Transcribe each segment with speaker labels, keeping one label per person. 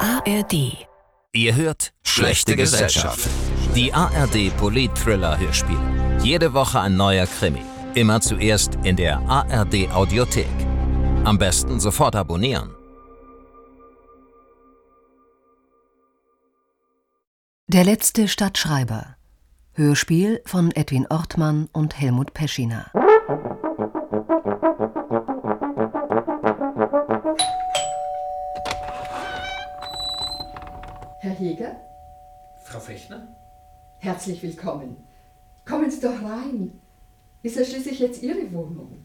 Speaker 1: ARD.
Speaker 2: Ihr hört Schlechte Gesellschaft. Die ARD Polit-Thriller Hörspiel. Jede Woche ein neuer Krimi. Immer zuerst in der ARD Audiothek. Am besten sofort abonnieren.
Speaker 3: Der letzte Stadtschreiber. Hörspiel von Edwin Ortmann und Helmut Peschina.
Speaker 4: Herr Heger,
Speaker 5: Frau Fechner?
Speaker 4: herzlich willkommen. Kommen Sie doch rein. Ist ja schließlich jetzt Ihre Wohnung.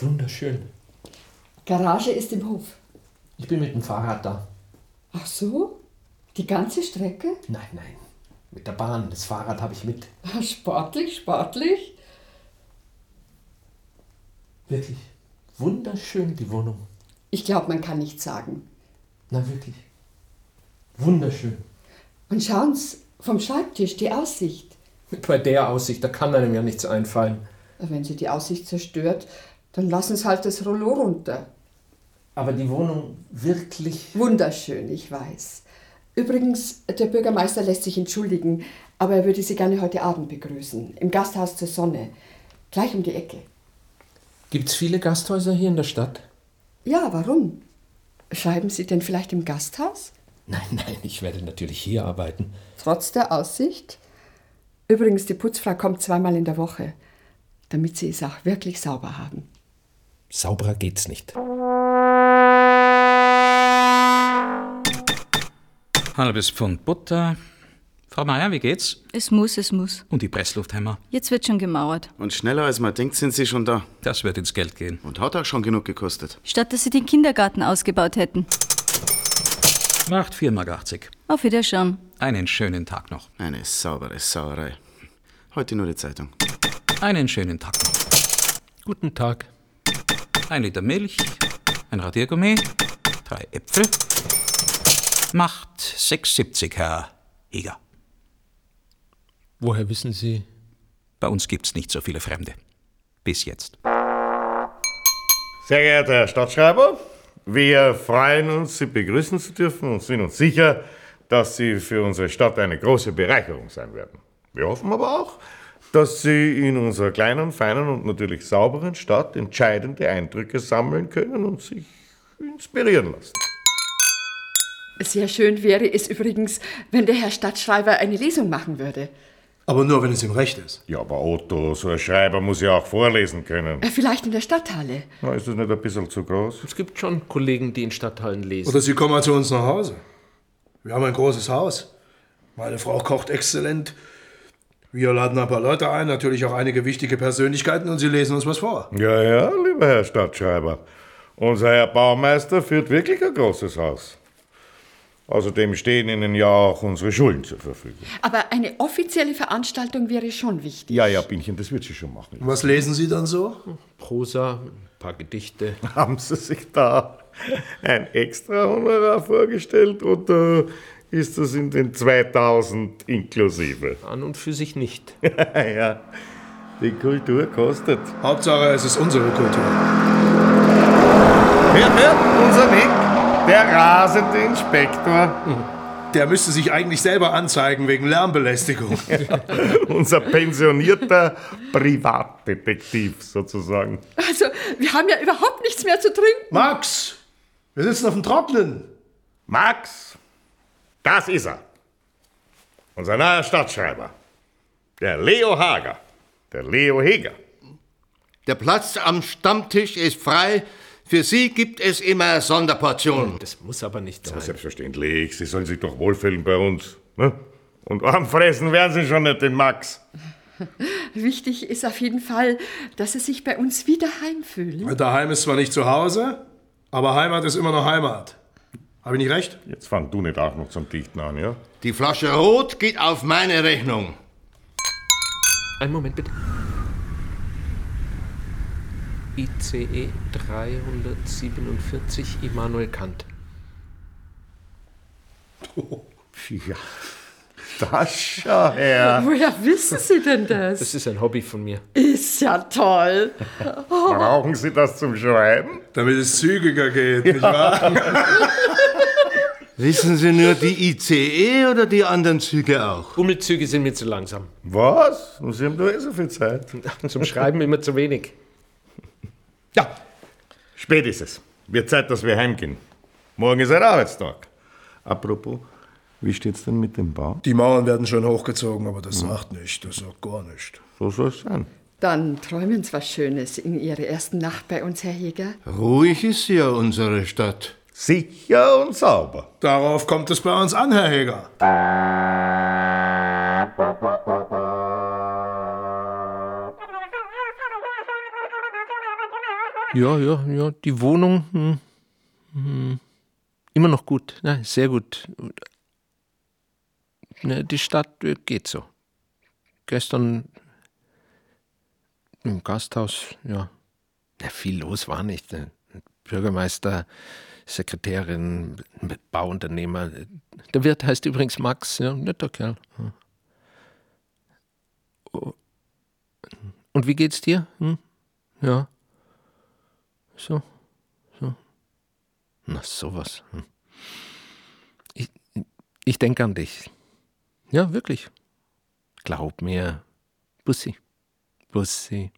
Speaker 5: Wunderschön.
Speaker 4: Garage ist im Hof.
Speaker 5: Ich bin mit dem Fahrrad da.
Speaker 4: Ach so? Die ganze Strecke?
Speaker 5: Nein, nein. Mit der Bahn. Das Fahrrad habe ich mit.
Speaker 4: Ah, Sportlich, sportlich.
Speaker 5: Wirklich. Wunderschön, die Wohnung.
Speaker 4: Ich glaube, man kann nichts sagen.
Speaker 5: Na wirklich. Wunderschön.
Speaker 4: Und schauen Sie, vom Schreibtisch die Aussicht.
Speaker 5: Bei der Aussicht, da kann einem ja nichts einfallen.
Speaker 4: Wenn Sie die Aussicht zerstört, dann lassen Sie halt das Rollo runter.
Speaker 5: Aber die Wohnung wirklich.
Speaker 4: Wunderschön, ich weiß. Übrigens, der Bürgermeister lässt sich entschuldigen, aber er würde Sie gerne heute Abend begrüßen. Im Gasthaus zur Sonne. Gleich um die Ecke.
Speaker 5: Gibt's viele Gasthäuser hier in der Stadt?
Speaker 4: Ja, warum? Schreiben Sie denn vielleicht im Gasthaus?
Speaker 5: Nein, nein, ich werde natürlich hier arbeiten.
Speaker 4: Trotz der Aussicht? Übrigens, die Putzfrau kommt zweimal in der Woche, damit Sie es auch wirklich sauber haben.
Speaker 5: Sauberer geht's nicht.
Speaker 6: Halbes Pfund Butter. Frau Meier, wie geht's?
Speaker 7: Es muss, es muss.
Speaker 6: Und die Presslufthämmer.
Speaker 7: Jetzt wird schon gemauert.
Speaker 8: Und schneller als man denkt, sind sie schon da.
Speaker 6: Das wird ins Geld gehen.
Speaker 8: Und hat auch schon genug gekostet.
Speaker 7: Statt dass sie den Kindergarten ausgebaut hätten.
Speaker 6: Macht 4,80
Speaker 7: Auf Wiederschauen.
Speaker 6: Einen schönen Tag noch.
Speaker 8: Eine saubere Sauerei. Heute nur die Zeitung.
Speaker 6: Einen schönen Tag noch.
Speaker 5: Guten Tag.
Speaker 6: Ein Liter Milch. Ein Radiergummi. Drei Äpfel. Macht 6,70, Herr Heger.
Speaker 5: Woher wissen Sie?
Speaker 6: Bei uns gibt's nicht so viele Fremde. Bis jetzt.
Speaker 9: Sehr geehrter Herr Stadtschreiber, wir freuen uns, Sie begrüßen zu dürfen und sind uns sicher, dass Sie für unsere Stadt eine große Bereicherung sein werden. Wir hoffen aber auch, dass Sie in unserer kleinen, feinen und natürlich sauberen Stadt entscheidende Eindrücke sammeln können und sich inspirieren lassen.
Speaker 4: Sehr schön wäre es übrigens, wenn der Herr Stadtschreiber eine Lesung machen würde.
Speaker 10: Aber nur, wenn es ihm recht ist.
Speaker 9: Ja, aber Otto, so ein Schreiber muss ja auch vorlesen können.
Speaker 4: Äh, Vielleicht in der Stadthalle.
Speaker 9: Na, Ist das nicht ein bisschen zu groß?
Speaker 5: Es gibt schon Kollegen, die in Stadthallen lesen.
Speaker 10: Oder Sie kommen mal zu uns nach Hause. Wir haben ein großes Haus. Meine Frau kocht exzellent. Wir laden ein paar Leute ein, natürlich auch einige wichtige Persönlichkeiten und sie lesen uns was vor.
Speaker 9: Ja, ja, lieber Herr Stadtschreiber. Unser Herr Baumeister führt wirklich ein großes Haus. Außerdem stehen Ihnen ja auch unsere Schulen zur Verfügung.
Speaker 4: Aber eine offizielle Veranstaltung wäre schon wichtig.
Speaker 9: Ja, ja, Bienchen, das wird sie schon machen.
Speaker 10: Was lesen Sie dann so?
Speaker 5: Prosa, ein paar Gedichte.
Speaker 9: Haben Sie sich da ein extra Honorar vorgestellt oder ist das in den 2000 inklusive?
Speaker 5: An und für sich nicht.
Speaker 9: Ja, ja, die Kultur kostet.
Speaker 10: Hauptsache, es ist unsere Kultur.
Speaker 9: Hört, hört, unser Nick, der rasende Inspektor,
Speaker 10: Der müsste sich eigentlich selber anzeigen wegen Lärmbelästigung.
Speaker 9: unser pensionierter Privatdetektiv sozusagen.
Speaker 4: Also, wir haben ja überhaupt nichts mehr zu trinken.
Speaker 10: Max, wir sitzen auf dem Trocknen.
Speaker 9: Max, das ist er. Unser neuer Stadtschreiber. Der Leo Hager. Der Leo Heger.
Speaker 11: Der Platz am Stammtisch ist frei. Für Sie gibt es immer Sonderportionen.
Speaker 5: Das muss aber nicht sein.
Speaker 9: Selbstverständlich, Sie sollen sich doch wohlfühlen bei uns. Ne? Und arm fressen werden Sie schon nicht, den Max.
Speaker 4: Wichtig ist auf jeden Fall, dass sie sich bei uns wieder heimfühlen.
Speaker 10: Daheim ist zwar nicht zu Hause, aber Heimat ist immer noch Heimat. Habe ich nicht recht?
Speaker 9: Jetzt fang du nicht auch noch zum Dichten an, ja?
Speaker 11: Die Flasche Rot geht auf meine Rechnung.
Speaker 5: Einen Moment bitte. ICE 347 Immanuel Kant.
Speaker 9: Ja, Das schau her.
Speaker 4: Woher wissen Sie denn das?
Speaker 5: Das ist ein Hobby von mir.
Speaker 4: Ist ja toll.
Speaker 9: Brauchen Sie das zum Schreiben?
Speaker 10: Damit es zügiger geht, nicht wahr?
Speaker 11: Wissen Sie nur die ICE oder die anderen Züge auch?
Speaker 5: Bummelzüge sind mir zu langsam.
Speaker 9: Was? Sie haben doch eh so viel Zeit.
Speaker 5: Zum Schreiben immer zu wenig.
Speaker 9: Ja. Spät ist es. Wird Zeit, dass wir heimgehen. Morgen ist ein Arbeitstag. Apropos, wie steht's denn mit dem Bau?
Speaker 10: Die Mauern werden schon hochgezogen, aber das sagt nicht, das sagt gar nicht.
Speaker 9: So soll es sein.
Speaker 4: Dann träumen Sie was Schönes in Ihrer ersten Nacht bei uns, Herr Jäger.
Speaker 11: Ruhig ist ja unsere Stadt.
Speaker 9: Sicher und sauber.
Speaker 10: Darauf kommt es bei uns an, Herr Heger.
Speaker 5: Ja, ja, ja. Die Wohnung hm, hm, immer noch gut. Na, sehr gut. Na, die Stadt äh, geht so. Gestern im Gasthaus, ja. Na, viel los war nicht. ne. Bürgermeister, Sekretärin, Bauunternehmer. Der Wirt heißt übrigens Max, ja, netter Kerl. Ja. Oh. Und wie geht's dir? Hm? Ja. So, so. Na, sowas. Hm. Ich, ich denke an dich. Ja, wirklich. Glaub mir. Bussi. Bussi.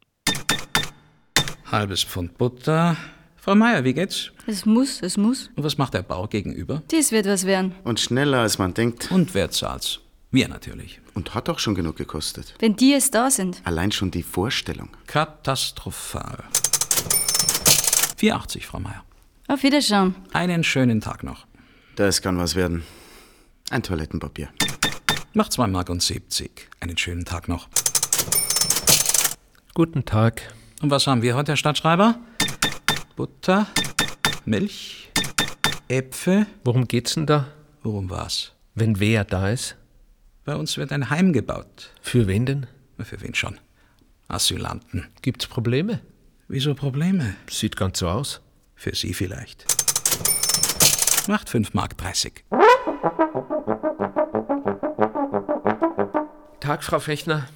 Speaker 6: Halbes Pfund Butter. Frau Meier, wie geht's?
Speaker 7: Es muss, es muss.
Speaker 6: Und was macht der Bau gegenüber?
Speaker 7: Dies wird was werden.
Speaker 8: Und schneller als man denkt.
Speaker 6: Und wer zahlt's? Wir natürlich.
Speaker 8: Und hat auch schon genug gekostet.
Speaker 7: Wenn die es da sind.
Speaker 8: Allein schon die Vorstellung.
Speaker 6: Katastrophal. 4,80, Frau Meier.
Speaker 7: Auf Wiederschauen.
Speaker 6: Einen schönen Tag noch.
Speaker 8: Das kann was werden. Ein Toilettenpapier.
Speaker 6: Macht 2 Mark und 70. Einen schönen Tag noch.
Speaker 5: Guten Tag.
Speaker 6: Und was haben wir heute, Herr Stadtschreiber? Butter, Milch, Äpfel.
Speaker 5: Worum geht's denn da?
Speaker 6: Worum war's?
Speaker 5: Wenn wer da ist?
Speaker 6: Bei uns wird ein Heim gebaut.
Speaker 5: Für wen denn?
Speaker 6: Für wen schon? Asylanten.
Speaker 5: Gibt's Probleme?
Speaker 6: Wieso Probleme?
Speaker 5: Sieht ganz so aus.
Speaker 6: Für Sie vielleicht. Macht 5 Mark 30.
Speaker 5: Tag, Frau Fechner.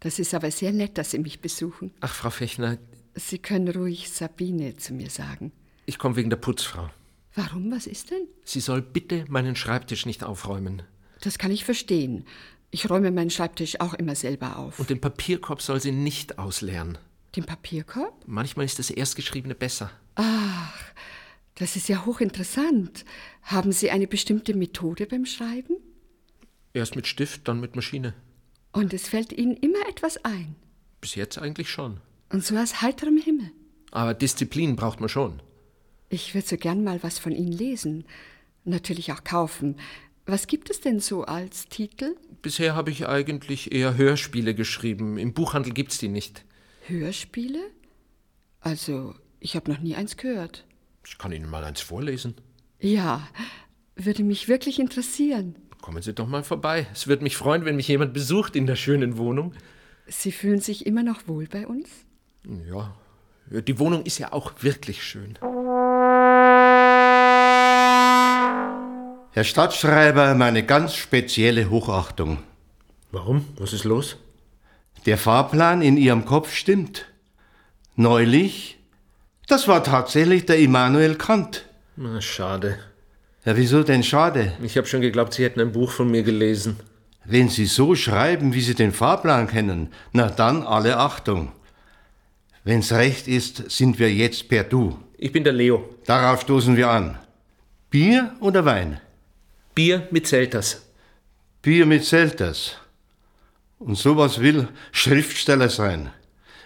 Speaker 4: Das ist aber sehr nett, dass Sie mich besuchen.
Speaker 5: Ach, Frau Fechner,
Speaker 4: Sie können ruhig Sabine zu mir sagen.
Speaker 5: ich komme wegen der Putzfrau.
Speaker 4: Warum? Was ist denn?
Speaker 5: Sie soll bitte meinen Schreibtisch nicht aufräumen.
Speaker 4: Das kann ich verstehen. Ich räume meinen Schreibtisch auch immer selber auf.
Speaker 5: Und den Papierkorb soll sie nicht ausleeren.
Speaker 4: den Papierkorb?
Speaker 5: Manchmal ist das Erstgeschriebene besser.
Speaker 4: Das ist ja hochinteressant. Haben Sie eine bestimmte Methode beim Schreiben?
Speaker 5: Erst mit Stift, dann mit Maschine.
Speaker 4: Und es fällt Ihnen immer etwas ein.
Speaker 5: Bis jetzt eigentlich schon.
Speaker 4: Und so aus heiterem Himmel.
Speaker 5: Aber Disziplin braucht man schon.
Speaker 4: Ich würde so gern mal was von Ihnen lesen. Natürlich auch kaufen. Was gibt es denn so als Titel?
Speaker 5: Bisher habe ich eigentlich eher Hörspiele geschrieben. Im Buchhandel gibt's die nicht.
Speaker 4: Hörspiele? Also, ich habe noch nie eins gehört.
Speaker 5: Ich kann Ihnen mal eins vorlesen.
Speaker 4: Ja, würde mich wirklich interessieren.
Speaker 5: Kommen Sie doch mal vorbei. Es würde mich freuen, wenn mich jemand besucht in der schönen Wohnung.
Speaker 4: Sie fühlen sich immer noch wohl bei uns?
Speaker 5: Ja, die Wohnung ist ja auch wirklich schön.
Speaker 11: Herr Stadtschreiber, meine ganz spezielle Hochachtung.
Speaker 5: Warum? Was ist los?
Speaker 11: Der Fahrplan in Ihrem Kopf stimmt. Neulich, das war tatsächlich der Immanuel Kant.
Speaker 5: Na, schade.
Speaker 11: Ja, wieso denn schade?
Speaker 5: Ich habe schon geglaubt, Sie hätten ein Buch von mir gelesen.
Speaker 11: Wenn Sie so schreiben, wie Sie den Fahrplan kennen, na dann alle Achtung. Wenn's recht ist, sind wir jetzt per Du.
Speaker 5: Ich bin der Leo.
Speaker 11: Darauf stoßen wir an. Bier oder Wein?
Speaker 5: Bier mit Zelters.
Speaker 11: Bier mit Selters. Und sowas will Schriftsteller sein.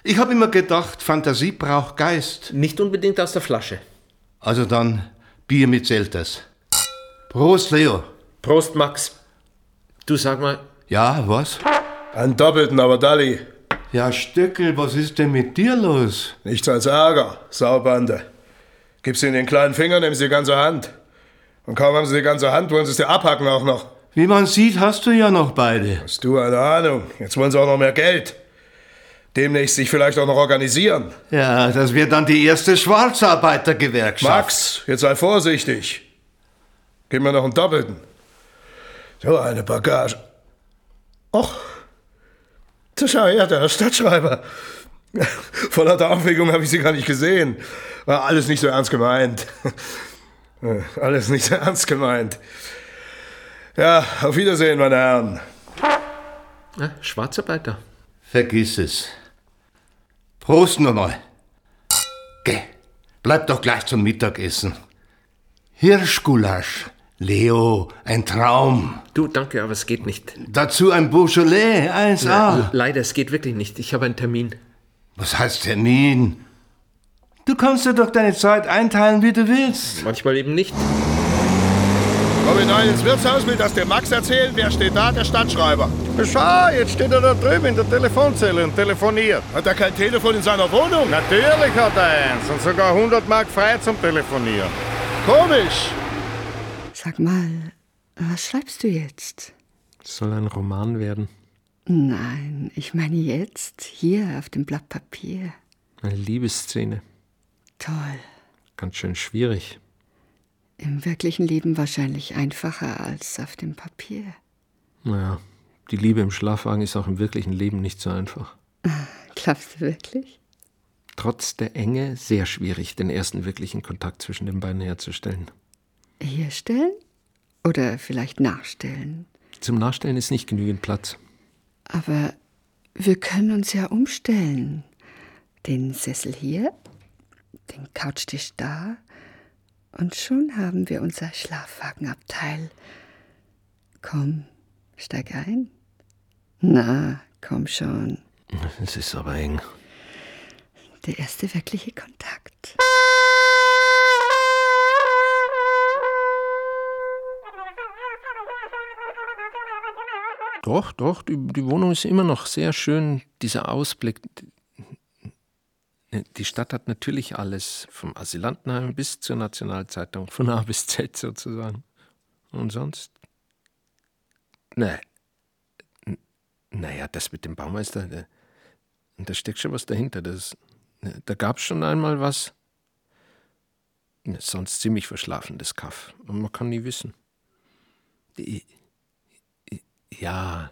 Speaker 11: Ich habe immer gedacht, Fantasie braucht Geist.
Speaker 5: Nicht unbedingt aus der Flasche.
Speaker 11: Also dann Bier mit Selters. Prost, Leo.
Speaker 5: Prost, Max. Du sag mal,
Speaker 11: Ja, was?
Speaker 10: Einen doppelten, aber Dalli.
Speaker 11: Ja, Stöckel, was ist denn mit dir los?
Speaker 10: Nichts als Ärger, Saubande. Gib's ihnen den kleinen Finger, nehmen sie die ganze Hand. Und kaum haben sie die ganze Hand, wollen sie es dir abhacken auch noch.
Speaker 11: Wie man sieht, hast du ja noch beide.
Speaker 10: Hast du eine Ahnung? Jetzt wollen sie auch noch mehr Geld. Demnächst sich vielleicht auch noch organisieren.
Speaker 11: Ja, das wird dann die erste Schwarzarbeitergewerkschaft.
Speaker 10: Max, jetzt sei vorsichtig. Gib mir noch einen Doppelten. So eine Bagage.
Speaker 12: Och, da schau her, der Stadtschreiber. Vor lauter Aufregung habe ich sie gar nicht gesehen. War alles nicht so ernst gemeint.
Speaker 10: Äh,
Speaker 12: Alles nicht so ernst gemeint. Ja, auf Wiedersehen, meine Herren.
Speaker 5: Ja, äh, Schwarzarbeiter.
Speaker 2: Vergiss es. Prost nur mal. Geh, bleib doch gleich zum Mittagessen. Hirschgulasch, Leo, ein Traum.
Speaker 5: Du, danke, aber es geht nicht.
Speaker 2: Dazu ein Beaujolais, 1A.
Speaker 5: Le- Leider, es geht wirklich nicht. Ich habe einen Termin.
Speaker 2: Was heißt Termin? Du kannst dir doch deine Zeit einteilen, wie du willst.
Speaker 5: Manchmal eben nicht.
Speaker 12: Komm hinein ins Wirtshaus, will das dem Max erzählen. Wer steht da? Der Stadtschreiber.
Speaker 9: Schau, jetzt steht er da drüben in der Telefonzelle und telefoniert.
Speaker 12: Hat er kein Telefon in seiner Wohnung?
Speaker 9: Natürlich hat er eins und sogar 100 Mark frei zum Telefonieren.
Speaker 12: Komisch.
Speaker 4: Sag mal, was schreibst du jetzt?
Speaker 5: Es soll ein Roman werden.
Speaker 4: Nein, ich meine jetzt, hier auf dem Blatt Papier.
Speaker 5: Eine Liebesszene.
Speaker 4: Toll.
Speaker 5: Ganz schön schwierig.
Speaker 4: Im wirklichen Leben wahrscheinlich einfacher als auf dem Papier.
Speaker 5: Naja, die Liebe im Schlafwagen ist auch im wirklichen Leben nicht so einfach.
Speaker 4: Glaubst du wirklich?
Speaker 5: Trotz der Enge sehr schwierig, den ersten wirklichen Kontakt zwischen den beiden herzustellen.
Speaker 4: Herstellen? Oder vielleicht nachstellen?
Speaker 5: Zum Nachstellen ist nicht genügend Platz.
Speaker 4: Aber wir können uns ja umstellen. Den Sessel hier, den Couchtisch da. Und schon haben wir unser Schlafwagenabteil. Komm, steig ein. Na, komm schon.
Speaker 5: Es ist aber eng.
Speaker 4: Der erste wirkliche Kontakt.
Speaker 5: Doch, doch, die, die Wohnung ist immer noch sehr schön. Dieser Ausblick. Die Stadt hat natürlich alles, vom Asylantenheim bis zur Nationalzeitung, von A bis Z sozusagen. Und sonst? Nee. N- Naja, das mit dem Baumeister, da, da steckt schon was dahinter. Das, da gab es schon einmal was. Ne, Sonst ziemlich verschlafenes Kaff. Und man kann nie wissen. Die- ja,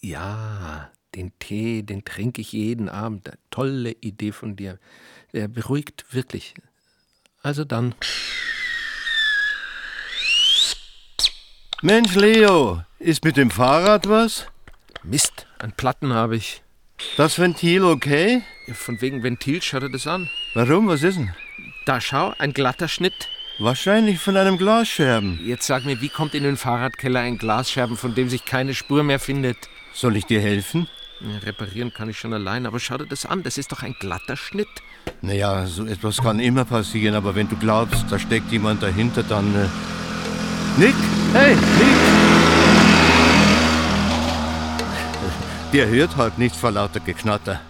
Speaker 5: ja, den Tee, den trinke ich jeden Abend. Tolle Idee von dir. Der beruhigt wirklich. Also dann.
Speaker 2: Mensch, Leo, ist mit dem Fahrrad was?
Speaker 5: Mist, an Platten habe ich.
Speaker 2: Das Ventil okay?
Speaker 5: Von wegen Ventil, schau dir das an.
Speaker 2: Warum? Was ist denn?
Speaker 5: Da schau, ein glatter Schnitt.
Speaker 2: Wahrscheinlich von einem Glasscherben.
Speaker 5: Jetzt sag mir, wie kommt in den Fahrradkeller ein Glasscherben, von dem sich keine Spur mehr findet?
Speaker 2: Soll ich dir helfen?
Speaker 5: Ja, reparieren kann ich schon allein, aber schau dir das an, das ist doch ein glatter Schnitt.
Speaker 2: Naja, so etwas kann immer passieren, aber wenn du glaubst, da steckt jemand dahinter, dann. Äh Nick! Hey, Nick! Der hört halt nichts vor lauter Geknatter.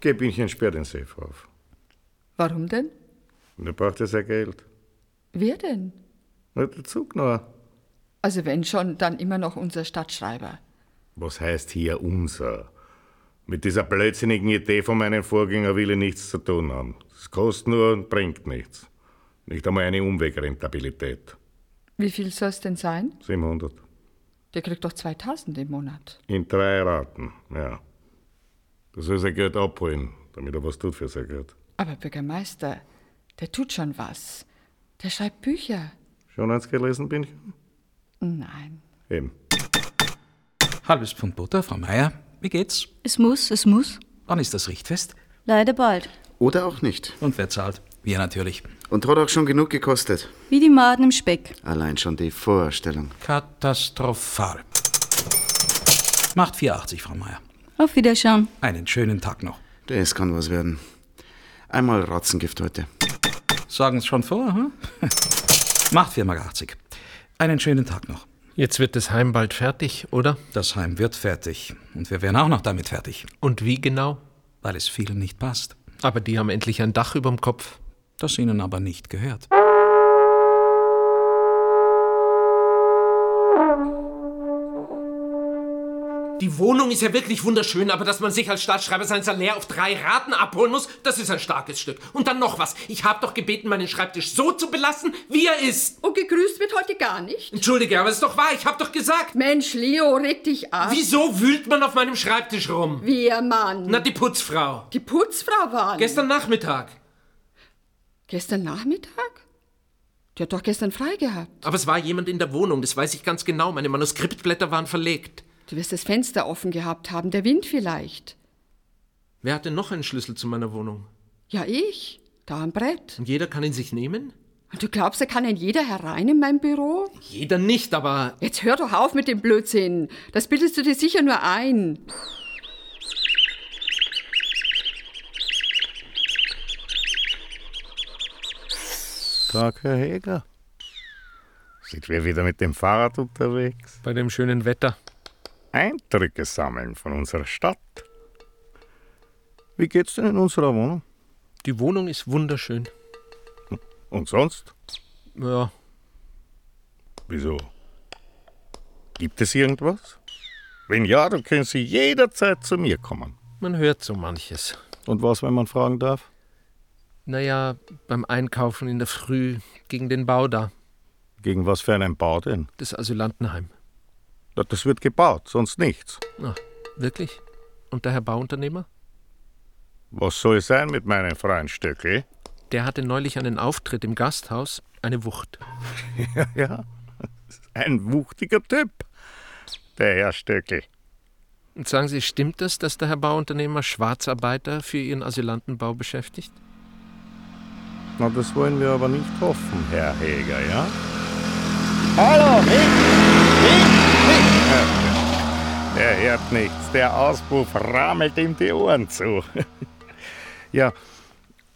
Speaker 9: Geh, Bienchen, sperr den Safe auf.
Speaker 4: Warum denn?
Speaker 9: Und er braucht ja sein Geld.
Speaker 4: Wer denn?
Speaker 9: Na, der Zug noch.
Speaker 4: Also wenn schon, dann immer noch unser Stadtschreiber.
Speaker 9: Was heißt hier unser? Mit dieser blödsinnigen Idee von meinem Vorgänger will ich nichts zu tun haben. Es kostet nur und bringt nichts. Nicht einmal eine Umwegrentabilität.
Speaker 4: Wie viel soll es denn sein?
Speaker 9: 700.
Speaker 4: Der kriegt doch 2000 im Monat.
Speaker 9: In drei Raten, ja. Du sollst sein Geld abholen, damit er was tut für sein Geld.
Speaker 4: Aber Bürgermeister, der tut schon was. Der schreibt Bücher.
Speaker 9: Schon eins gelesen, Bienchen?
Speaker 4: Nein.
Speaker 9: Eben.
Speaker 6: Halbes Pfund Butter, Frau Meier. Wie geht's?
Speaker 11: Es muss, es muss.
Speaker 6: Wann ist das Richtfest?
Speaker 11: Leider bald.
Speaker 8: Oder auch nicht.
Speaker 6: Und wer zahlt? Wir natürlich.
Speaker 8: Und hat auch schon genug gekostet.
Speaker 11: Wie die Maden im Speck.
Speaker 8: Allein schon die Vorstellung.
Speaker 6: Katastrophal. Macht 4,80, Frau Meier.
Speaker 11: Auf Wiederschauen.
Speaker 6: Einen schönen Tag noch.
Speaker 8: Das kann was werden. Einmal Ratzengift heute.
Speaker 6: Sagen es schon vor, hm? Macht 4,80. Einen schönen Tag noch.
Speaker 5: Jetzt wird das Heim bald fertig, oder?
Speaker 6: Das Heim wird fertig. Und wir werden auch noch damit fertig.
Speaker 5: Und wie genau?
Speaker 6: Weil es vielen nicht passt.
Speaker 5: Aber die haben endlich ein Dach überm Kopf.
Speaker 6: Das ihnen aber nicht gehört.
Speaker 13: Die Wohnung ist ja wirklich wunderschön, aber dass man sich als Stadtschreiber sein Salär auf drei Raten abholen muss, das ist ein starkes Stück. Und dann noch was. Ich habe doch gebeten, meinen Schreibtisch so zu belassen, wie er ist.
Speaker 4: Und gegrüßt wird heute gar nicht.
Speaker 13: Entschuldige, aber es ist doch wahr. Ich habe doch gesagt.
Speaker 4: Mensch, Leo, reg dich ab.
Speaker 13: Wieso wühlt man auf meinem Schreibtisch rum?
Speaker 4: Wer, Mann?
Speaker 13: Na, die Putzfrau.
Speaker 4: Die Putzfrau war.
Speaker 13: Gestern Nachmittag.
Speaker 4: Gestern Nachmittag? Die hat doch gestern frei gehabt.
Speaker 13: Aber es war jemand in der Wohnung, das weiß ich ganz genau. Meine Manuskriptblätter waren verlegt.
Speaker 4: Du wirst das Fenster offen gehabt haben, der Wind vielleicht.
Speaker 13: Wer hatte noch einen Schlüssel zu meiner Wohnung?
Speaker 4: Ja, ich. Da am Brett.
Speaker 13: Und jeder kann ihn sich nehmen?
Speaker 4: Und du glaubst, da kann ein jeder herein in mein Büro?
Speaker 13: Jeder nicht, aber.
Speaker 4: Jetzt hör doch auf mit dem Blödsinn. Das bildest du dir sicher nur ein.
Speaker 9: Tag, Herr Heger. Sind wir wieder mit dem Fahrrad unterwegs?
Speaker 5: Bei dem schönen Wetter.
Speaker 9: Eindrücke sammeln von unserer Stadt. Wie geht's denn in unserer Wohnung?
Speaker 5: Die Wohnung ist wunderschön.
Speaker 9: Und sonst?
Speaker 5: Ja,
Speaker 9: Wieso? Gibt es irgendwas? Wenn ja, dann können Sie jederzeit zu mir kommen.
Speaker 5: man hört so manches.
Speaker 9: Und was, wenn man fragen darf?
Speaker 5: Naja, beim Einkaufen in der Früh gegen den Bau da,
Speaker 9: Gegen was für einen Bau denn?
Speaker 5: das Asylantenheim.
Speaker 9: Na, Das wird gebaut, sonst nichts.
Speaker 5: Ach, wirklich? Und der Herr Bauunternehmer?
Speaker 9: Was soll es sein mit meinen freien Stöckel?
Speaker 5: Der hatte neulich einen Auftritt im Gasthaus, eine Wucht.
Speaker 9: Ja, ja. Ein wuchtiger Typ, der Herr Stöckel.
Speaker 5: Und sagen Sie, stimmt das, dass der Herr Bauunternehmer Schwarzarbeiter für Ihren Asylantenbau beschäftigt?
Speaker 9: Na, das wollen wir aber nicht hoffen, Herr Heger, ja? Hallo, Nick! Nick! Nick! Der hört nichts, der Auspuff rammelt ihm die Ohren zu. Ja,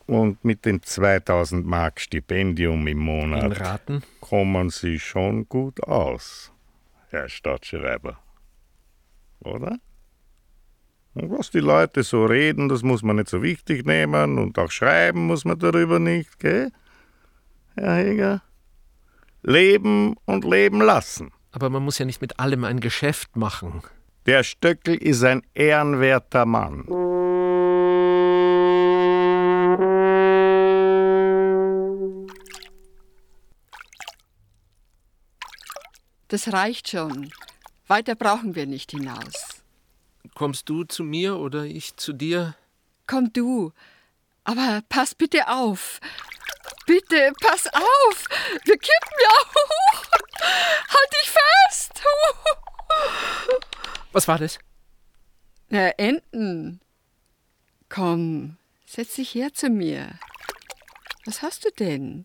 Speaker 9: und mit dem 2000 Mark Stipendium im Monat
Speaker 5: In Raten?
Speaker 9: kommen Sie schon gut aus, Herr Stadtschreiber. Oder? Und was die Leute so reden, das muss man nicht so wichtig nehmen und auch schreiben muss man darüber nicht, gell? Herr Heger? Leben und leben lassen.
Speaker 5: Aber man muss ja nicht mit allem ein Geschäft machen.
Speaker 9: Der Stöckel ist ein ehrenwerter Mann.
Speaker 4: Das reicht schon. Weiter brauchen wir nicht hinaus.
Speaker 5: Kommst du zu mir oder ich zu dir?
Speaker 4: Komm du. Aber pass bitte auf. Bitte, pass auf. Wir kippen ja. Halt dich fest.
Speaker 5: Was war das?
Speaker 4: Na, Enten. Komm, setz dich her zu mir. Was hast du denn?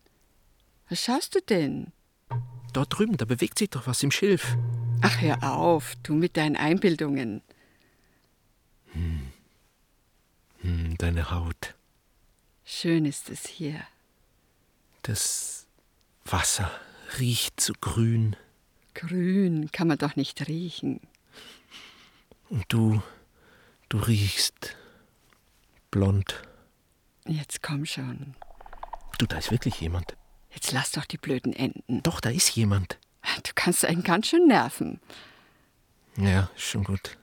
Speaker 4: Was schaust du denn?
Speaker 5: Dort drüben, da bewegt sich doch was im Schilf.
Speaker 4: Ach, hör auf, du mit deinen Einbildungen.
Speaker 5: Hm, deine Haut.
Speaker 4: Schön ist es hier.
Speaker 5: Das Wasser riecht so grün.
Speaker 4: Grün kann man doch nicht riechen.
Speaker 5: Und du, du riechst blond.
Speaker 4: Jetzt komm schon.
Speaker 5: Du, da ist wirklich jemand.
Speaker 4: Jetzt lass doch die blöden Enten.
Speaker 5: Doch, da ist jemand.
Speaker 4: Du kannst einen ganz schön nerven.
Speaker 5: Ja, ist schon gut.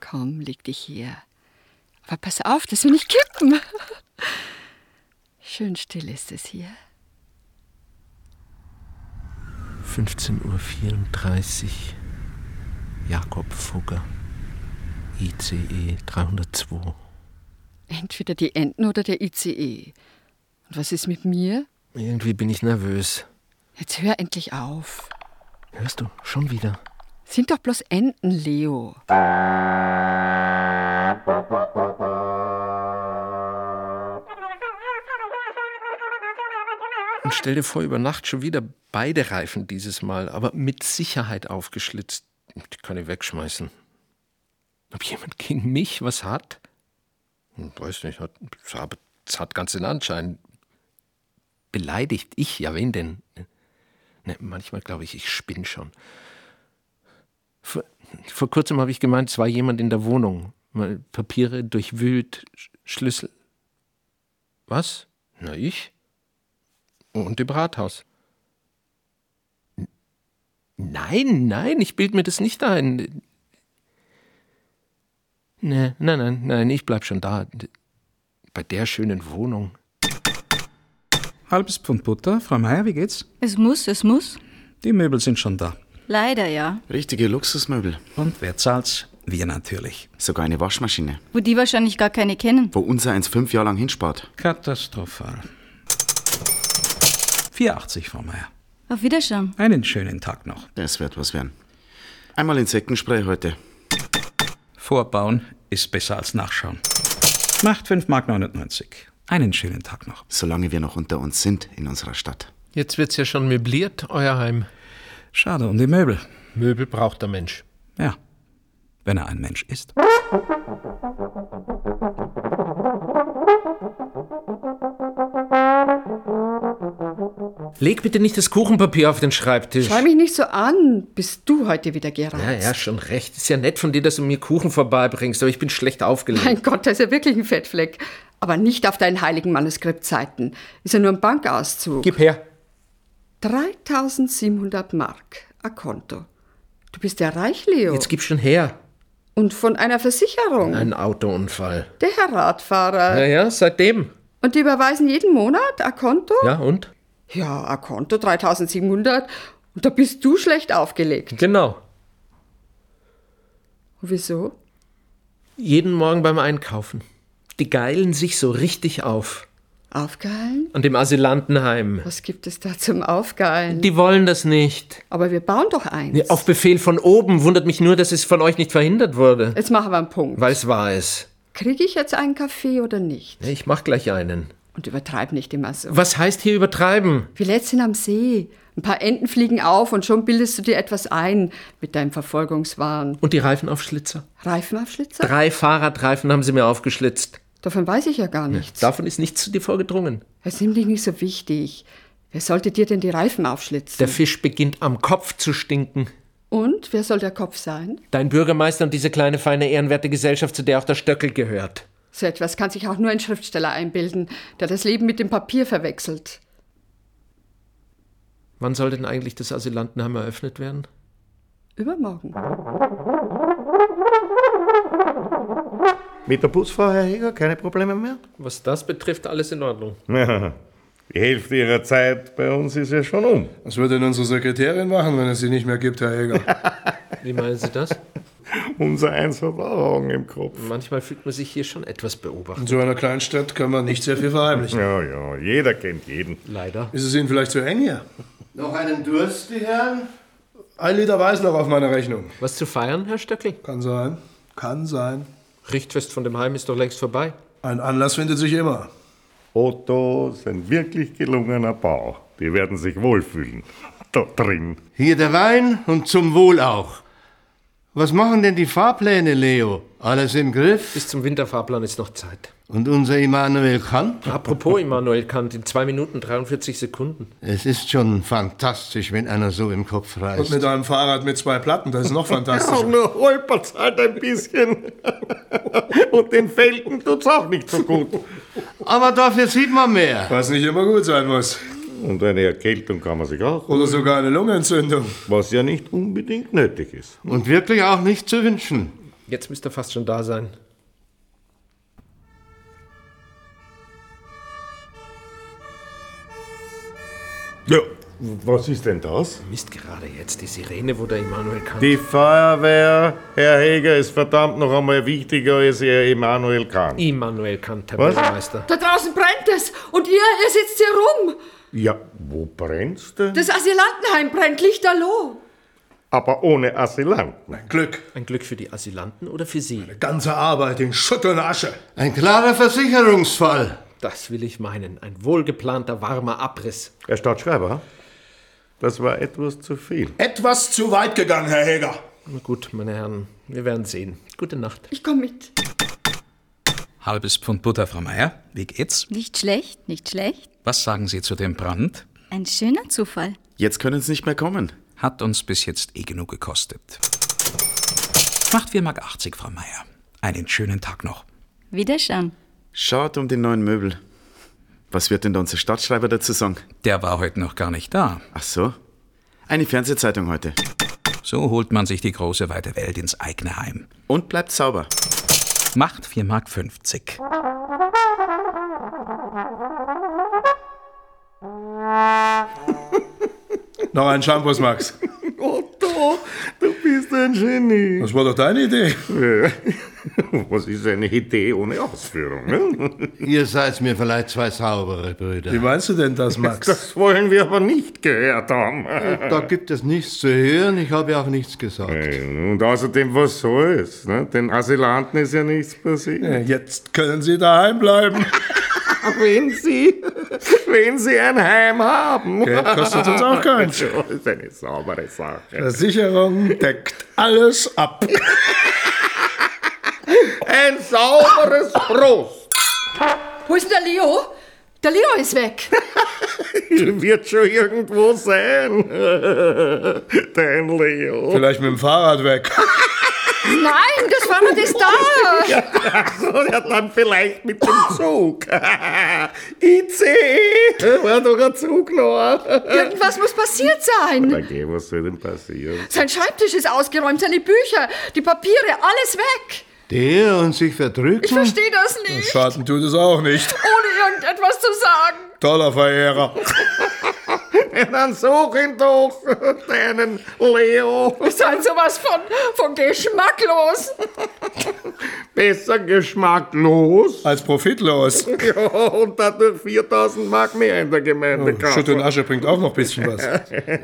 Speaker 4: Komm, leg dich hier. Aber pass auf, dass wir nicht kippen. Schön still ist es hier.
Speaker 5: 15.34 Uhr. Jakob Fugger. E ICE 302.
Speaker 4: Entweder die Enten oder der ICE. Und was ist mit mir?
Speaker 5: Irgendwie bin ich nervös.
Speaker 4: Jetzt hör endlich auf.
Speaker 5: Hörst du? Schon wieder.
Speaker 4: Sind doch bloß Enten, Leo.
Speaker 5: Und stell dir vor, über Nacht schon wieder beide Reifen dieses Mal, aber mit Sicherheit aufgeschlitzt. Die kann ich wegschmeißen. Ob jemand gegen mich was hat? Hm, Weiß nicht, hat, es hat- es hat ganz den Anschein. Beleidigt ich, ja, wen denn? Ne, manchmal glaube ich, ich spinne schon. Vor, vor kurzem habe ich gemeint, es war jemand in der Wohnung. Mal Papiere durchwühlt, Sch Schlüssel. Was? Na, ich? Und im Rathaus. N- Nein, nein, ich bild mir das nicht ein. Nee, Ne, nein, nein, nein, ich bleib schon da. Bei der schönen Wohnung.
Speaker 6: Halbes Pfund Butter. Frau Meier, wie geht's?
Speaker 7: Es muss, es muss.
Speaker 6: Die Möbel sind schon da.
Speaker 7: Leider ja.
Speaker 8: Richtige Luxusmöbel.
Speaker 6: Und wer zahlt's? Wir natürlich.
Speaker 8: Sogar eine Waschmaschine,
Speaker 7: Wo die wahrscheinlich gar keine kennen.
Speaker 8: wo unser eins fünf Jahre lang hinspart.
Speaker 6: Katastrophal. 4,80, Frau Meier.
Speaker 7: Auf Wiederschauen.
Speaker 6: Einen schönen Tag noch.
Speaker 8: Das wird was werden. Einmal Insektenspray heute.
Speaker 6: Vorbauen ist besser als nachschauen. Macht 5,99 Mark. Einen schönen Tag noch.
Speaker 8: Solange wir noch unter uns sind in unserer Stadt.
Speaker 5: Jetzt wird's ja schon möbliert, euer Heim.
Speaker 6: Schade um die Möbel.
Speaker 5: Möbel braucht der Mensch.
Speaker 6: Ja, wenn er ein Mensch ist.
Speaker 5: Leg bitte nicht das Kuchenpapier auf den Schreibtisch.
Speaker 4: Schau mich nicht so an. Bist du heute wieder gereizt?
Speaker 5: Ja, ja, schon recht. Ist ja nett von dir, dass du mir Kuchen vorbeibringst, aber ich bin schlecht aufgelegt.
Speaker 4: Mein Gott, das ist ja wirklich ein Fettfleck. Aber nicht auf deinen heiligen Manuskriptseiten. Ist ja nur ein Bankauszug.
Speaker 5: Gib her.
Speaker 4: 3700 Mark. A Konto. Du bist ja reich, Leo.
Speaker 5: Jetzt gib schon her.
Speaker 4: Und von einer Versicherung.
Speaker 5: Ein Autounfall.
Speaker 4: Der Herr Radfahrer.
Speaker 5: Ja, ja, seitdem.
Speaker 4: Und die überweisen jeden Monat a Konto?
Speaker 5: Ja, und?
Speaker 4: Ja, a Konto 3700. Und da bist du schlecht aufgelegt.
Speaker 5: Genau.
Speaker 4: Und wieso?
Speaker 5: Jeden Morgen beim Einkaufen. Die geilen sich so richtig auf.
Speaker 4: Aufgeilen?
Speaker 5: An dem Asylantenheim.
Speaker 4: Was gibt es da zum Aufgeilen?
Speaker 5: Die wollen das nicht.
Speaker 4: Aber wir bauen doch eins.
Speaker 5: Ja, Auf Befehl von oben. Wundert mich nur, dass es von euch nicht verhindert wurde.
Speaker 4: Jetzt machen wir einen Punkt.
Speaker 5: Weil es war es.
Speaker 4: Kriege ich jetzt einen Kaffee oder nicht?
Speaker 5: Ich mach gleich einen.
Speaker 4: Und übertreib nicht immer so.
Speaker 5: Was heißt hier übertreiben?
Speaker 4: Wir letzten am See. Ein paar Enten fliegen auf und schon bildest du dir etwas ein mit deinem Verfolgungswahn.
Speaker 5: Und die Reifenaufschlitzer?
Speaker 4: Reifenaufschlitzer?
Speaker 5: Drei Fahrradreifen haben sie mir aufgeschlitzt.
Speaker 4: Davon weiß ich ja gar nichts.
Speaker 5: Davon ist nichts zu dir vorgedrungen.
Speaker 4: Es nimmt dich nicht so wichtig. Wer sollte dir denn die Reifen aufschlitzen?
Speaker 5: Der Fisch beginnt am Kopf zu stinken.
Speaker 4: Und wer soll der Kopf sein?
Speaker 5: Dein Bürgermeister und diese kleine, feine, ehrenwerte Gesellschaft, zu der auch der Stöckel gehört.
Speaker 4: So etwas kann sich auch nur ein Schriftsteller einbilden, der das Leben mit dem Papier verwechselt.
Speaker 5: Wann soll denn eigentlich das Asylantenheim eröffnet werden?
Speaker 4: Übermorgen.
Speaker 9: Mit der Busfrau, Herr Heger, keine Probleme mehr?
Speaker 5: Was das betrifft, alles in Ordnung.
Speaker 9: Ja, die Hälfte ihrer Zeit bei uns ist ja schon um.
Speaker 10: Was wird denn unsere Sekretärin machen, wenn es sie nicht mehr gibt, Herr Jäger?
Speaker 5: Wie meinen Sie das?
Speaker 9: Unser Eins hat auch Augen im Kopf.
Speaker 5: Manchmal fühlt man sich hier schon etwas beobachtet.
Speaker 10: In so einer kleinen Stadt kann man nicht sehr viel verheimlichen.
Speaker 9: Ja, ja, jeder kennt jeden.
Speaker 5: Leider.
Speaker 10: Ist es Ihnen vielleicht zu eng hier?
Speaker 11: Noch einen Durst, die Herren?
Speaker 10: Ein Liter Weiß noch auf meiner Rechnung.
Speaker 5: Was zu feiern, Herr Stöckel?
Speaker 10: Kann sein. Kann sein.
Speaker 5: Richtfest von dem Heim ist doch längst vorbei.
Speaker 10: Ein Anlass findet sich immer.
Speaker 9: Otto ist ein wirklich gelungener Bau. Die werden sich wohlfühlen. Da drin.
Speaker 11: Hier der Wein und zum Wohl auch. Was machen denn die Fahrpläne, Leo? Alles im Griff?
Speaker 5: Bis zum Winterfahrplan ist noch Zeit.
Speaker 11: Und unser Immanuel Kant?
Speaker 5: Apropos Immanuel Kant, in 2 Minuten 43 Sekunden.
Speaker 11: Es ist schon fantastisch, wenn einer so im Kopf
Speaker 10: Und
Speaker 11: reißt.
Speaker 10: mit einem Fahrrad mit zwei Platten, das ist noch
Speaker 9: Auch
Speaker 10: fantastischer.
Speaker 9: nur holpert's halt ein bisschen. Und den Felgen tut's auch nicht so gut.
Speaker 11: Aber dafür sieht man mehr.
Speaker 10: Was nicht immer gut sein muss.
Speaker 9: Und eine Erkältung kann man sich auch,
Speaker 10: Oder sogar eine Lungenentzündung.
Speaker 9: was ja nicht unbedingt nötig ist.
Speaker 11: Und wirklich auch nicht zu wünschen.
Speaker 5: Jetzt müsste er fast schon da sein.
Speaker 9: Ja, was ist denn das?
Speaker 5: Mist, gerade jetzt die Sirene, wo der Immanuel Kant...
Speaker 9: Die Feuerwehr, Herr Heger, ist verdammt noch einmal wichtiger als Ihr Emanuel Kant.
Speaker 5: Immanuel Kant, Herr
Speaker 9: Was?
Speaker 5: Bürgermeister.
Speaker 4: Da draußen brennt es und ihr, ihr sitzt hier rum.
Speaker 9: Ja, wo brennst du?
Speaker 4: Das Asylantenheim brennt lichterloh.
Speaker 9: Aber ohne Asylanten.
Speaker 10: Glück.
Speaker 5: Ein Glück für die Asylanten oder für Sie?
Speaker 10: Ganze Arbeit in Schutt und Asche.
Speaker 11: Ein klarer Versicherungsfall.
Speaker 5: Das will ich meinen. Ein wohlgeplanter, warmer Abriss.
Speaker 9: Herr Staatsschreiber, das war etwas zu viel.
Speaker 10: Etwas zu weit gegangen, Herr Heger.
Speaker 5: Na gut, meine Herren, wir werden sehen. Gute Nacht.
Speaker 4: Ich komm mit.
Speaker 6: Halbes Pfund Butter, Frau Meier. Wie geht's?
Speaker 7: Nicht schlecht, nicht schlecht.
Speaker 6: Was sagen Sie zu dem Brand?
Speaker 7: Ein schöner Zufall.
Speaker 8: Jetzt können sie nicht mehr kommen.
Speaker 6: Hat uns bis jetzt eh genug gekostet. Macht 4,80 Mark, Frau Meier. Einen schönen Tag noch.
Speaker 7: Wiederschauen.
Speaker 8: Schaut um den neuen Möbel. Was wird denn da unser Stadtschreiber dazu sagen?
Speaker 6: Der war heute noch gar nicht da.
Speaker 8: Ach so. Eine Fernsehzeitung heute.
Speaker 6: So holt man sich die große weite Welt ins eigene Heim.
Speaker 8: Und bleibt sauber.
Speaker 6: Macht 4,50 Mark.
Speaker 10: Noch einen Shampoos, Max.
Speaker 9: Otto, Oh, du bist ein Genie.
Speaker 10: Das war doch deine Idee.
Speaker 9: Was ist eine Idee ohne Ausführung? Ne?
Speaker 11: Ihr seid mir vielleicht zwei saubere Brüder.
Speaker 10: Wie meinst du denn das, Max?
Speaker 9: Das wollen wir aber nicht gehört haben.
Speaker 11: Da gibt es nichts zu hören, ich habe ja auch nichts gesagt.
Speaker 9: Und außerdem, was soll's? Ne? Den Asylanten ist ja nichts passiert.
Speaker 10: Jetzt können Sie daheim bleiben.
Speaker 9: wenn Sie, wenn Sie ein Heim haben.
Speaker 10: Geld kostet uns auch keins.
Speaker 9: Das ist eine saubere Sache.
Speaker 10: Versicherung deckt alles ab.
Speaker 9: Ein sauberes Prost.
Speaker 4: Wo ist denn der Leo? Der Leo ist weg.
Speaker 9: Wird schon irgendwo sein. Dein Leo.
Speaker 10: Vielleicht mit dem Fahrrad weg.
Speaker 4: Nein, das war mir das da.
Speaker 9: Ja, also, ja, dann vielleicht mit dem Zug. ICE. War doch ein Zug noch.
Speaker 4: Irgendwas muss passiert sein.
Speaker 9: Okay, was soll denn passieren?
Speaker 4: Sein Schreibtisch ist ausgeräumt, seine Bücher, die Papiere, alles weg.
Speaker 11: Der und sich verdrücken?
Speaker 4: Ich verstehe das nicht,
Speaker 10: Schaden tut es auch nicht.
Speaker 4: ohne irgendetwas zu sagen.
Speaker 10: Toller Verehrer.
Speaker 9: Ja, Dann such ihn doch, deinen Leo.
Speaker 4: Ist halt sowas von, von geschmacklos.
Speaker 9: Besser geschmacklos.
Speaker 10: Als profitlos.
Speaker 9: Ja, und dadurch 4000 Mark mehr in der
Speaker 10: Oh, Schutt und
Speaker 9: Gemeinde.
Speaker 10: Asche bringt auch noch ein bisschen was.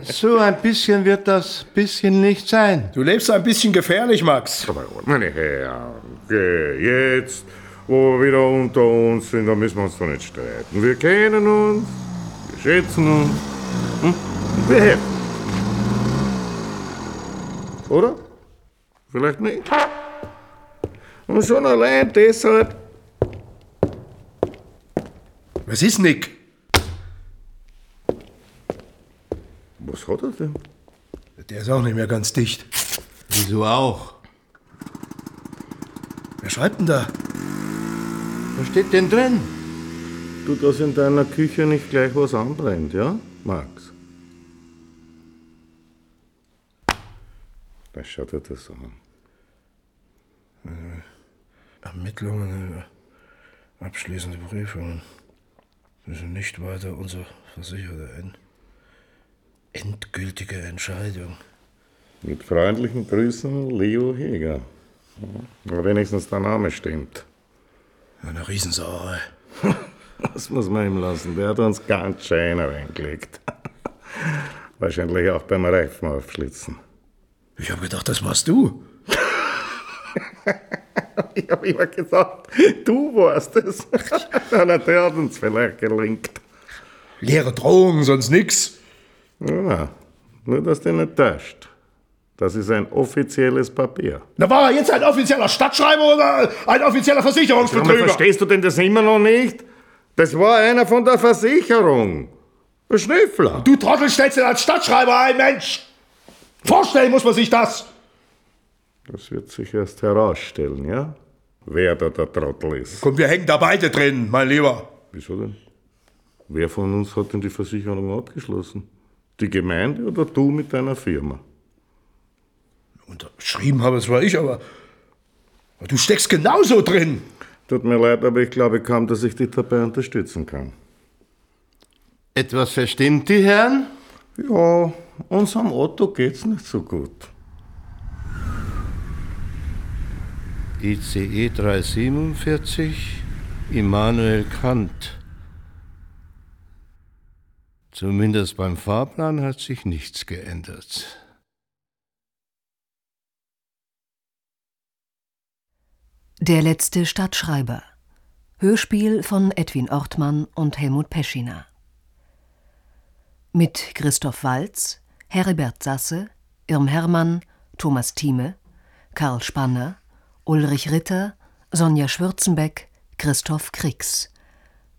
Speaker 11: So ein bisschen wird das bisschen nicht sein.
Speaker 10: Du lebst ein bisschen gefährlich, Max.
Speaker 9: Meine Herren, geh jetzt, wo wir wieder unter uns sind, da müssen wir uns doch nicht streiten. Wir kennen uns, wir schätzen uns. Hm? Wir helfen. Oder? Vielleicht nicht. Und schon allein deshalb
Speaker 10: Was ist Nick?
Speaker 9: Was hat er denn?
Speaker 10: Der ist auch nicht mehr ganz dicht.
Speaker 11: Wieso auch?
Speaker 10: Wer schreibt denn da?
Speaker 11: Was steht denn drin?
Speaker 9: Du, dass in deiner Küche nicht gleich was anbrennt, ja, Max? Da schaut er das an.
Speaker 10: Ermittlungen, äh, abschließende Prüfungen. Müssen nicht weiter unser Versicherter ein. Endgültige Entscheidung.
Speaker 9: Mit freundlichen Grüßen, Leo Heger. Ja, wenigstens der Name stimmt.
Speaker 10: Eine Riesensauerei.
Speaker 9: Das muss man ihm lassen. Der hat uns ganz schön reingelegt. Wahrscheinlich auch beim Reifen aufschlitzen.
Speaker 10: Ich habe gedacht, das warst du.
Speaker 9: Ich habe immer gesagt, du warst es. Na, der hat uns vielleicht gelinkt.
Speaker 10: Leere Drohungen, sonst nix.
Speaker 9: Ja, nur dass der nicht täuscht. Das ist ein offizielles Papier.
Speaker 10: Na, war er jetzt ein offizieller Stadtschreiber oder ein offizieller
Speaker 9: Aber
Speaker 10: Versicherungsbetrüger?
Speaker 9: verstehst du denn das immer noch nicht? Das war einer von der Versicherung. Ein Schnüffler.
Speaker 10: Du Trottel stellst ihn als Stadtschreiber ein, Mensch! Vorstellen muss man sich das!
Speaker 9: Das wird sich erst herausstellen, ja? Wer da der Trottel ist.
Speaker 10: Komm, wir hängen da beide drin, mein Lieber.
Speaker 9: Wieso denn? Wer von uns hat denn die Versicherung abgeschlossen? Die Gemeinde oder du mit deiner Firma?
Speaker 10: Unterschrieben habe es war ich, aber. aber du steckst genauso drin!
Speaker 9: Tut mir leid, aber ich glaube kaum, dass ich dich dabei unterstützen kann.
Speaker 11: Etwas verstimmt die Herren?
Speaker 9: Ja, unserem Otto geht's nicht so gut.
Speaker 11: ICE 347, E Immanuel Kant. Zumindest beim Fahrplan hat sich nichts geändert.
Speaker 3: Der letzte Stadtschreiber. Hörspiel von Edwin Ortmann und Helmut Peschina. Mit Christoph Walz, Heribert Sasse, Irm Hermann, Thomas Thieme, Karl Spanner, Ulrich Ritter, Sonja Schwürzenbeck, Christoph Kriegs.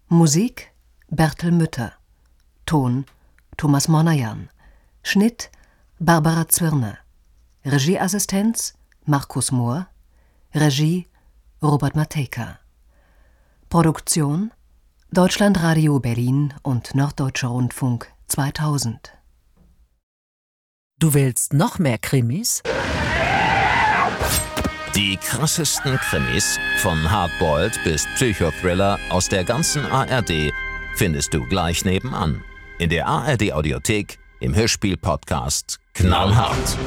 Speaker 3: Musik Bertel Mütter. Ton Thomas Monajan. Schnitt Barbara Zwirner. Regieassistenz Markus Mohr. Regie Robert Matejka. Produktion Deutschlandradio Berlin und Norddeutscher Rundfunk 2000.
Speaker 14: Du willst noch mehr Krimis?
Speaker 2: Die krassesten Krimis von Hardboiled bis Psychothriller aus der ganzen ARD findest du gleich nebenan. In der ARD Audiothek, im Hörspiel-Podcast Knallhart.